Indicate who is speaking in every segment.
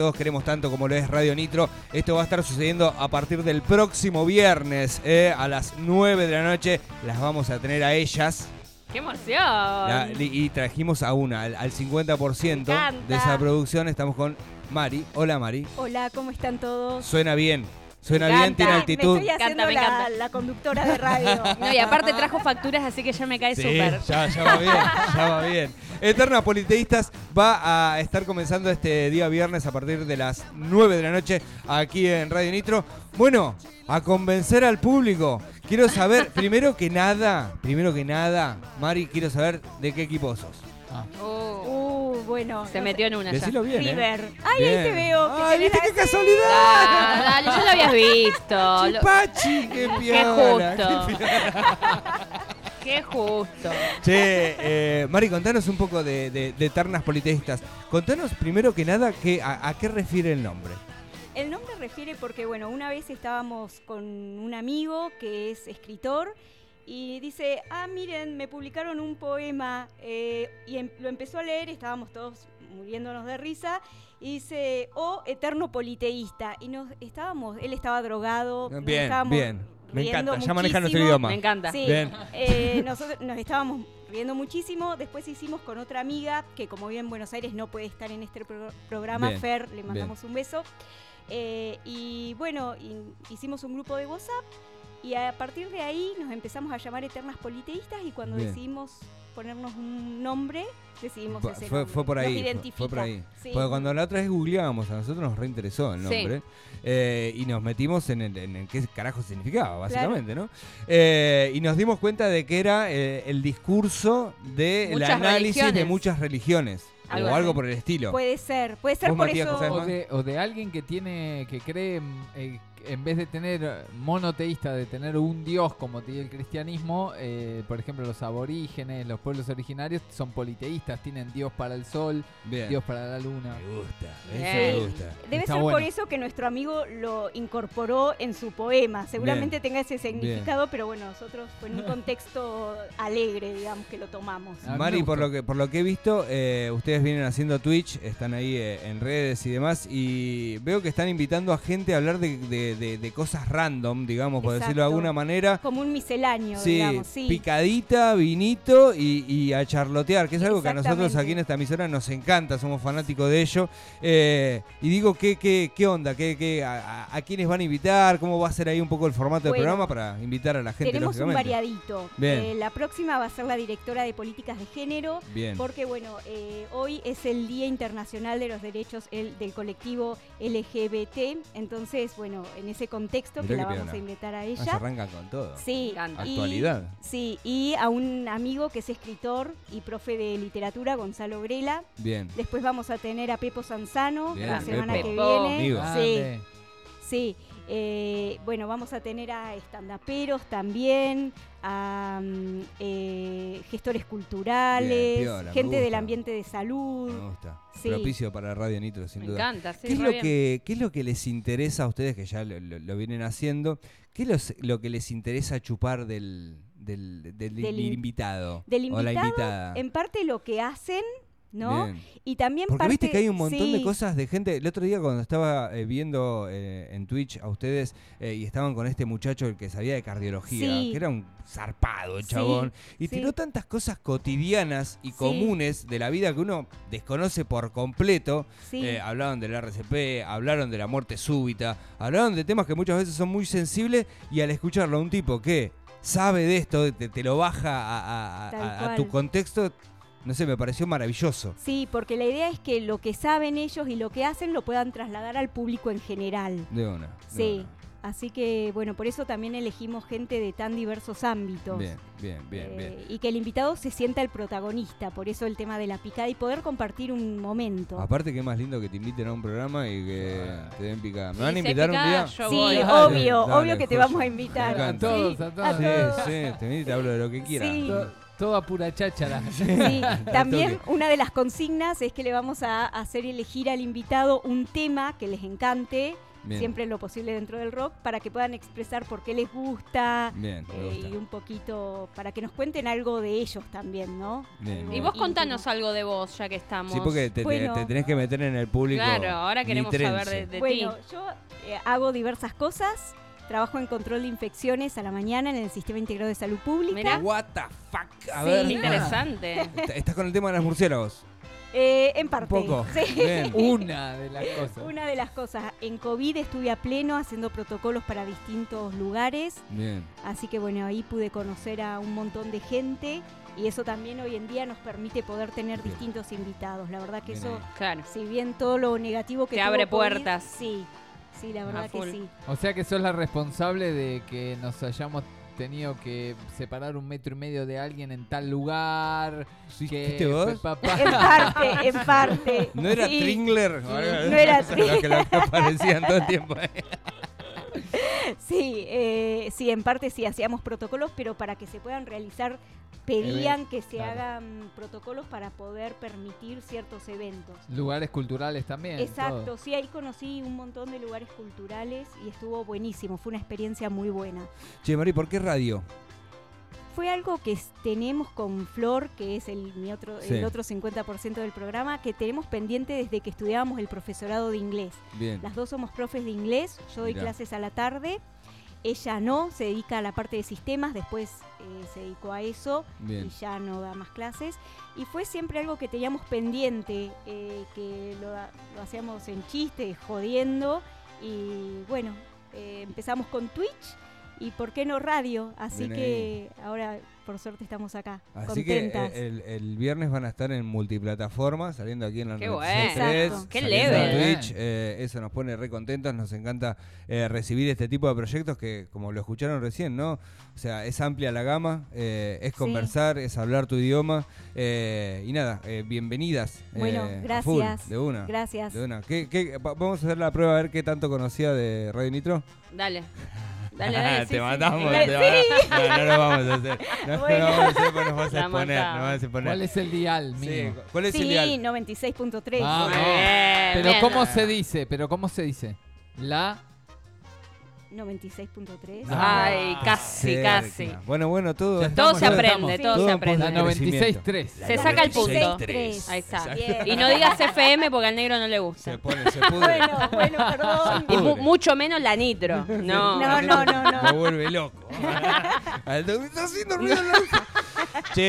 Speaker 1: todos queremos tanto como lo es Radio Nitro. Esto va a estar sucediendo a partir del próximo viernes eh, a las 9 de la noche. Las vamos a tener a ellas.
Speaker 2: ¡Qué emoción!
Speaker 1: La- y y trajimos a una, al, al 50%
Speaker 2: encanta.
Speaker 1: de esa producción. Estamos con Mari. Hola Mari.
Speaker 3: Hola, ¿cómo están todos? Ah,
Speaker 1: Suena bien. Suena
Speaker 2: Me
Speaker 1: bien, tiene
Speaker 2: encanta,
Speaker 1: actitud.
Speaker 3: Me estoy haciendo
Speaker 2: encanta, me encanta.
Speaker 3: la, la conductora de radio.
Speaker 2: No, y aparte trajo facturas, así que ya me cae
Speaker 1: Sí,
Speaker 2: súper.
Speaker 1: ya, ya va bien, ya va bien. Eterna Politeístas va a estar comenzando este día viernes a partir de las 9 de la noche aquí en Radio Nitro. Bueno, a convencer al público. Quiero saber, primero que nada, primero que nada, Mari, quiero saber de qué equipo sos.
Speaker 2: Oh,
Speaker 3: Uh, bueno.
Speaker 2: se
Speaker 3: no
Speaker 2: metió en una ya.
Speaker 1: Decilo bien, ¿eh?
Speaker 3: River. Ay, ahí te
Speaker 1: Bien.
Speaker 3: veo. que
Speaker 1: ¡Ay,
Speaker 3: tenés
Speaker 1: viste qué
Speaker 3: así.
Speaker 1: casualidad!
Speaker 2: Ah, dale, ya lo habías visto. Lo-
Speaker 1: ¡Pachi, qué
Speaker 2: qué
Speaker 1: piola! qué
Speaker 2: justo.
Speaker 1: piola.
Speaker 2: Qué justo.
Speaker 1: Che, eh, Mari, contanos un poco de, de, de Eternas Politeístas. Contanos primero que nada que, a- a qué refiere el nombre.
Speaker 3: El nombre refiere porque, bueno, una vez estábamos con un amigo que es escritor y dice, ah, miren, me publicaron un poema eh, y em- lo empezó a leer, estábamos todos muriéndonos de risa, y dice, oh, eterno politeísta. Y nos estábamos, él estaba drogado, nos
Speaker 1: Bien,
Speaker 3: estábamos
Speaker 1: bien. Me
Speaker 3: riendo
Speaker 1: encanta, ya manejan nuestro
Speaker 3: muchísimo.
Speaker 1: idioma.
Speaker 2: Me encanta.
Speaker 3: Sí,
Speaker 1: Bien.
Speaker 3: eh, nosotros nos estábamos riendo muchísimo. Después hicimos con otra amiga que, como bien Buenos Aires no puede estar en este pro- programa,
Speaker 1: Bien,
Speaker 3: Fer, le mandamos un beso. Eh, y bueno, y- hicimos un grupo de WhatsApp y a partir de ahí nos empezamos a llamar Eternas Politeístas y cuando
Speaker 1: Bien.
Speaker 3: decidimos ponernos un nombre, decidimos
Speaker 1: Fue-
Speaker 3: ese
Speaker 1: fue,
Speaker 3: nombre.
Speaker 1: fue por
Speaker 3: Nos
Speaker 1: ahí. fue- Fue,
Speaker 3: identifica.
Speaker 1: por ahí.
Speaker 3: Sí.
Speaker 1: Porque cuando la otra vez googleábamos, a nosotros nos reinteresó el
Speaker 2: Sí.
Speaker 1: nombre. eh, y nos metimos en, el, en el qué carajo significaba, básicamente, ¿no? Eh, y nos dimos cuenta de que era eh, el discurso del
Speaker 2: Muchas
Speaker 1: análisis de
Speaker 2: religiones.
Speaker 1: muchas religiones.
Speaker 2: Algo
Speaker 1: o
Speaker 2: así.
Speaker 1: algo por el estilo.
Speaker 3: Puede ser, puede ser
Speaker 1: Vos,
Speaker 3: por
Speaker 1: Matías,
Speaker 3: eso.
Speaker 1: José,
Speaker 4: O
Speaker 1: Germán.
Speaker 4: de, o de alguien que tiene, que cree, mm, eh, en vez de tener eh, monoteísta, de tener un dios como tiene el cristianismo, eh, por ejemplo los aborígenes, los pueblos originarios son politeístas, tienen dios para el sol,
Speaker 1: Bien.
Speaker 4: dios para la luna.
Speaker 1: Me gusta, eso
Speaker 2: Bien.
Speaker 1: me gusta.
Speaker 3: Debe
Speaker 4: Está
Speaker 3: ser por
Speaker 4: bueno.
Speaker 3: eso que nuestro amigo lo incorporó en su poema. Seguramente tenga ese significado, pero bueno, nosotros fue en un contexto alegre, digamos, que lo tomamos.
Speaker 4: A mí Ah, me
Speaker 1: Mari, por
Speaker 4: gustó.
Speaker 1: lo que por lo que he visto, eh, ustedes vienen haciendo Twitch, están ahí eh, en redes y demás, y veo que están invitando a gente a hablar de, de- de- de cosas random, digamos, por decirlo de
Speaker 3: Exacto.
Speaker 1: alguna manera.
Speaker 3: Como un misceláneo,
Speaker 1: Sí,
Speaker 3: digamos, sí.
Speaker 1: picadita, vinito y, y a charlotear, que es algo que a nosotros
Speaker 3: Exactamente.
Speaker 1: aquí en esta emisora nos encanta, somos fanáticos de ello. Eh, y digo, ¿qué, qué, qué onda? ¿Qué, qué, a, a- a quiénes van a invitar? ¿Cómo va a ser ahí un poco el formato del
Speaker 3: Bueno,
Speaker 1: programa para invitar a la gente?
Speaker 3: Tenemos un
Speaker 1: lógicamente?
Speaker 3: variadito.
Speaker 1: Bien.
Speaker 3: Eh, la próxima va a ser la directora de políticas de género.
Speaker 1: Bien.
Speaker 3: Porque bueno, eh, hoy es el Día Internacional de los Derechos el- del colectivo LGBT, entonces bueno, en ese contexto
Speaker 1: Mirá
Speaker 3: que
Speaker 1: qué
Speaker 3: la vamos
Speaker 1: piola.
Speaker 3: a invitar a
Speaker 1: Ah, se
Speaker 3: ella.
Speaker 1: arrancan con todo.
Speaker 3: Sí,
Speaker 2: Encanta.
Speaker 3: y-
Speaker 1: Actualidad.
Speaker 3: Sí, y a un amigo que es escritor y profe de literatura, Gonzalo Grela.
Speaker 1: Bien.
Speaker 3: Después vamos a tener a Pepo Sanzano
Speaker 1: Bien, Oh,
Speaker 3: la
Speaker 2: Pepo.
Speaker 3: semana que
Speaker 2: Pepo.
Speaker 3: viene.
Speaker 1: Amigo.
Speaker 4: Ah, Grande.
Speaker 3: Sí, eh, bueno, vamos a tener a estandaperos también, a mm, eh, gestores culturales,
Speaker 1: Bien, piola, me
Speaker 3: gente del
Speaker 1: gusta.
Speaker 3: ambiente de salud.
Speaker 1: Me gusta.
Speaker 3: Sí.
Speaker 1: Propicio para Radio Nitro, sin
Speaker 2: Me
Speaker 1: duda.
Speaker 2: encanta, sí,
Speaker 1: ¿Qué, es
Speaker 2: re
Speaker 1: lo
Speaker 2: bien.
Speaker 1: que, ¿Qué es lo que les interesa a ustedes que ya lo, lo- lo vienen haciendo? ¿Qué es los- lo que les interesa chupar del, del, del-
Speaker 3: Del
Speaker 1: del
Speaker 3: in-
Speaker 1: invitado?
Speaker 3: del
Speaker 1: o la
Speaker 3: invitado
Speaker 1: invitada.
Speaker 3: En parte lo que hacen, ¿no?
Speaker 1: Bien.
Speaker 3: Y también
Speaker 1: Porque
Speaker 3: parte...
Speaker 1: viste que hay un montón de
Speaker 3: sí,
Speaker 1: cosas de gente. El otro día cuando estaba eh, viendo eh, en Twitch a ustedes eh, y estaban con este muchacho el que sabía de cardiología,
Speaker 3: Sí.
Speaker 1: que era un zarpado el
Speaker 3: Sí,
Speaker 1: chabón, y
Speaker 3: sí.
Speaker 1: tiró tantas cosas cotidianas y
Speaker 3: Sí.
Speaker 1: comunes de la vida que uno desconoce por completo.
Speaker 3: sí.
Speaker 1: Eh, hablaron del RCP, hablaron de la muerte súbita, hablaron de temas que muchas veces son muy sensibles y al escucharlo a un tipo que sabe de esto, te, te lo baja a- a- a-
Speaker 3: Tal
Speaker 1: a- a
Speaker 3: cual.
Speaker 1: tu contexto, no sé, me pareció maravilloso.
Speaker 3: Sí, porque la idea es que lo que saben ellos y lo que hacen lo puedan trasladar al público en general.
Speaker 1: De una. de
Speaker 3: Sí.
Speaker 1: una.
Speaker 3: Así que, bueno, por eso también elegimos gente de tan diversos ámbitos.
Speaker 1: Bien, bien, bien, bien.
Speaker 3: Eh, y que el invitado se sienta el protagonista, por eso el tema de la picada y poder compartir un momento.
Speaker 1: Aparte que es más lindo que te inviten a un programa y que te den picada. ¿Me van a
Speaker 2: Si se
Speaker 1: invitar un
Speaker 2: pica,
Speaker 1: día?
Speaker 2: yo
Speaker 3: sí,
Speaker 2: voy.
Speaker 3: obvio,
Speaker 1: Dale,
Speaker 3: obvio que te
Speaker 1: joya.
Speaker 3: vamos a
Speaker 1: Me
Speaker 3: invitar.
Speaker 1: encanta.
Speaker 4: A todos, a todos.
Speaker 3: a
Speaker 1: Sí,
Speaker 3: todos.
Speaker 1: sí, te venís y te hablo de lo que quieras.
Speaker 3: Sí.
Speaker 4: To- Toda pura cháchara.
Speaker 3: Sí, También una de las consignas es que le vamos a hacer elegir al invitado un tema que les encante
Speaker 1: Bien.
Speaker 3: siempre lo posible dentro del rock, para que puedan expresar por qué les gusta,
Speaker 1: Bien, me
Speaker 3: eh,
Speaker 1: gusta.
Speaker 3: y un poquito para que nos cuenten algo de ellos también, ¿no?
Speaker 1: Bien,
Speaker 2: Y
Speaker 1: bien.
Speaker 2: vos contanos algo de vos, ya que estamos.
Speaker 1: Sí, porque te, te-
Speaker 3: Bueno.
Speaker 1: te tenés que meter en el público.
Speaker 2: Claro, ahora queremos
Speaker 1: nitrense.
Speaker 2: saber de, de
Speaker 3: bueno, yo eh, hago diversas cosas. Trabajo en control de infecciones a la mañana en el Sistema Integrado de Salud Pública.
Speaker 2: Mirá.
Speaker 1: What the fuck. A
Speaker 3: Sí,
Speaker 1: ver.
Speaker 2: ti.
Speaker 3: bueno.
Speaker 2: Interesante.
Speaker 1: Ah, Estás con el tema de los murciélagos.
Speaker 3: Eh, en parte.
Speaker 1: Un poco.
Speaker 3: Sí. Uh.
Speaker 1: Bien.
Speaker 4: Una de las cosas.
Speaker 3: Una de las cosas, en COVID estuve a pleno haciendo protocolos para distintos lugares,
Speaker 1: Bien.
Speaker 3: así que bueno, ahí pude conocer a un montón de gente y eso también hoy en día nos permite poder tener
Speaker 1: Bien.
Speaker 3: distintos invitados. La verdad que
Speaker 1: Bien
Speaker 3: eso,
Speaker 2: Claro.
Speaker 3: si bien todo lo negativo que
Speaker 2: Te
Speaker 3: tuvo
Speaker 2: abre
Speaker 3: COVID,
Speaker 2: puertas.
Speaker 3: Sí, sí, la
Speaker 2: A
Speaker 3: verdad
Speaker 2: full.
Speaker 3: que sí.
Speaker 4: O sea que sos la responsable de que nos hayamos tenido que separar un metro y medio de alguien en tal lugar.
Speaker 1: ¿Fuiste
Speaker 4: Que
Speaker 1: vos?
Speaker 4: fue
Speaker 3: En
Speaker 4: papá.
Speaker 3: parte, en parte.
Speaker 1: ¿No era
Speaker 3: Sí.
Speaker 1: Tringler?
Speaker 3: No era Tringler.
Speaker 1: Lo que, lo que aparecían todo el tiempo. eh.
Speaker 3: Sí, eh, sí, en parte sí hacíamos protocolos, pero para que se puedan realizar pedían que se
Speaker 4: claro.
Speaker 3: hagan protocolos para poder permitir ciertos eventos.
Speaker 4: Lugares culturales también.
Speaker 3: Exacto,
Speaker 4: todo.
Speaker 3: sí, ahí conocí un montón de lugares culturales y estuvo buenísimo, fue una experiencia muy buena.
Speaker 1: Che, Mari, ¿por qué radio?
Speaker 3: Fue algo que s- tenemos con Flor, que es el, mi otro,
Speaker 1: Sí.
Speaker 3: el otro 50% del programa, que tenemos pendiente desde que estudiábamos el profesorado de inglés.
Speaker 1: Bien.
Speaker 3: Las dos somos profes de inglés, yo doy
Speaker 1: Mirá.
Speaker 3: clases a la tarde, ella no, se dedica a la parte de sistemas, después eh, se dedicó a eso y
Speaker 1: Bien.
Speaker 3: ya no da más clases. Y fue siempre algo que teníamos pendiente, eh, que lo, lo hacíamos en chiste, jodiendo. Y bueno, eh, empezamos con Twitch y por qué no radio. Así
Speaker 1: Bien
Speaker 3: que ahora, por suerte, estamos acá.
Speaker 1: Así que
Speaker 3: contentas.
Speaker 1: eh, el, el viernes van a estar en multiplataforma, saliendo aquí en la
Speaker 2: Qué
Speaker 1: 93,
Speaker 3: bueno.
Speaker 2: Qué
Speaker 1: saliendo en
Speaker 4: level.
Speaker 1: Twitch, eh, eso nos pone re contentos, nos encanta eh, recibir este tipo de proyectos que, como lo escucharon recién, ¿no? O sea, es amplia la gama, eh, es conversar, es hablar tu idioma, eh, y nada, eh, bienvenidas.
Speaker 3: Bueno,
Speaker 1: eh, a
Speaker 3: gracias.
Speaker 1: full, de una.
Speaker 3: Gracias.
Speaker 1: De una. ¿Qué- qué- va- vamos a hacer la prueba a ver qué tanto conocía de Radio Nitro.
Speaker 2: Dale. Dale, dale. sí,
Speaker 1: Ah, te
Speaker 2: sí.
Speaker 1: matamos,
Speaker 2: Eh,
Speaker 1: te matamos. No, no lo vamos a hacer. No, no
Speaker 3: Bueno.
Speaker 1: lo vamos a hacer porque nos vas a
Speaker 2: La
Speaker 1: exponer. Nos
Speaker 2: matamos.
Speaker 1: vas a exponer.
Speaker 4: ¿Cuál es el dial
Speaker 1: Sí,
Speaker 4: mío?
Speaker 1: cu- ¿Cuál es el
Speaker 3: Sí,
Speaker 1: ideal?
Speaker 3: 96.3.
Speaker 4: Ah,
Speaker 2: Bien,
Speaker 4: Pero
Speaker 2: bien.
Speaker 4: ¿cómo se dice? ¿Pero cómo se dice? La...
Speaker 3: 96.3.
Speaker 2: Ay,
Speaker 4: Ah,
Speaker 2: casi,
Speaker 1: Cerca.
Speaker 2: casi.
Speaker 1: Bueno, bueno, todo.
Speaker 4: Ya
Speaker 1: estamos-
Speaker 2: Todo
Speaker 4: Estamos,
Speaker 2: se
Speaker 4: ya
Speaker 2: aprende,
Speaker 4: estamos.
Speaker 2: todo se
Speaker 1: Todo
Speaker 4: La
Speaker 1: apunta
Speaker 2: aprende.
Speaker 1: a
Speaker 4: 96.3.
Speaker 2: Se saca el punto.
Speaker 3: 96.3.
Speaker 2: Ahí está.
Speaker 3: Bien.
Speaker 2: Y no digas FM porque al negro no le
Speaker 1: Se
Speaker 2: gusta.
Speaker 1: pone, se pudre.
Speaker 3: Bueno, bueno, perdón.
Speaker 2: Y mu-
Speaker 1: pudre.
Speaker 2: mucho menos la nitro. No.
Speaker 3: No, no, no, no.
Speaker 1: Me vuelve loco. Está haciendo ruido la luz. Che,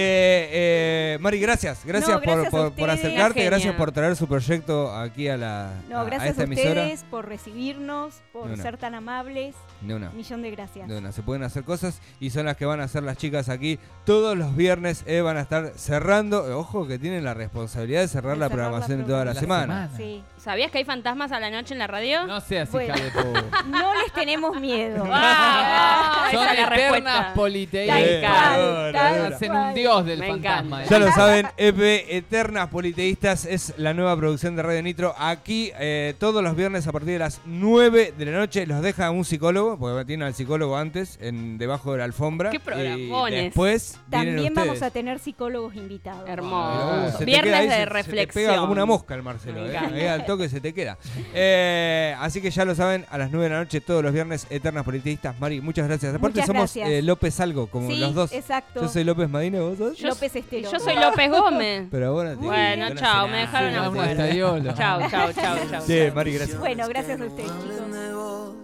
Speaker 1: eh, Mari, gracias. Gracias,
Speaker 3: No,
Speaker 1: por-
Speaker 3: gracias a
Speaker 1: por, por
Speaker 3: ustedes.
Speaker 1: acercarte,
Speaker 2: Genia.
Speaker 1: gracias por traer su proyecto aquí a la
Speaker 3: No,
Speaker 1: a- a
Speaker 3: gracias a,
Speaker 1: esta emisora.
Speaker 3: ustedes por recibirnos, por
Speaker 1: De una.
Speaker 3: ser tan amables.
Speaker 1: De una.
Speaker 3: Millón de gracias.
Speaker 1: De una, se pueden hacer cosas y son las que van a hacer las chicas aquí todos los viernes. eh, van a estar cerrando. eh, Ojo que tienen la responsabilidad de cerrar
Speaker 3: De
Speaker 1: la
Speaker 3: cerrar la
Speaker 1: programación de toda la,
Speaker 4: La
Speaker 1: semana.
Speaker 4: semana.
Speaker 3: Sí.
Speaker 2: ¿Sabías que hay fantasmas a la noche en la radio?
Speaker 4: No seas
Speaker 3: Bueno.
Speaker 4: hija de puta.
Speaker 3: No les tenemos miedo.
Speaker 2: ¡Wow!
Speaker 4: Son
Speaker 2: Esa es la
Speaker 4: eternas
Speaker 2: respuesta.
Speaker 4: politeístas.
Speaker 2: Tal cual,
Speaker 1: Eh,
Speaker 3: tal
Speaker 4: Hacen
Speaker 3: cual.
Speaker 4: un dios del
Speaker 2: Me
Speaker 4: fantasma.
Speaker 2: encanta.
Speaker 1: Ya lo saben, EP Eternas Politeístas es la nueva producción de Radio Nitro. Aquí eh, todos los viernes a partir de las 9 de la noche los deja un psicólogo, porque tienen al psicólogo antes, en debajo de la alfombra.
Speaker 2: ¡Qué
Speaker 1: y
Speaker 2: programones!
Speaker 1: después vienen
Speaker 3: También vamos a
Speaker 1: ustedes.
Speaker 3: tener psicólogos invitados.
Speaker 1: Mirá vos,
Speaker 2: Hermoso.
Speaker 1: se te
Speaker 2: Viernes
Speaker 1: queda ahí,
Speaker 2: de
Speaker 1: se- se te
Speaker 2: reflexión.
Speaker 1: pega como una mosca el Marcelo,
Speaker 2: Me
Speaker 1: eh.
Speaker 2: encanta.
Speaker 1: Ahí al toque se te queda. Eh, así que ya lo saben, a las 9 de la noche todos los viernes Eternas Politeístas. Mari, muchas gracias. Aparte
Speaker 3: Muchas
Speaker 1: somos
Speaker 3: gracias.
Speaker 1: eh, López algo, como
Speaker 3: sí,
Speaker 1: los dos.
Speaker 3: exacto.
Speaker 1: Yo soy López Madina, vos sos.
Speaker 2: Yo-
Speaker 3: López
Speaker 2: Y
Speaker 3: Estero.
Speaker 2: yo soy López Gómez.
Speaker 1: Pero ahora te-
Speaker 2: Bueno,
Speaker 1: te van a
Speaker 2: chao,
Speaker 1: cenar.
Speaker 2: me dejaron
Speaker 4: Ah, un
Speaker 2: afuera.
Speaker 4: estadiolo.
Speaker 2: Chao, chao, chao, chao.
Speaker 1: Sí, Mari, gracias.
Speaker 3: Bueno, gracias a ustedes, chicos.
Speaker 5: de vos,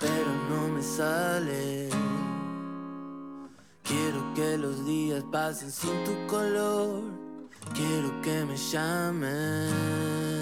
Speaker 5: pero no me sale. Quiero que los días pasen sin tu color. Quiero que me llamen.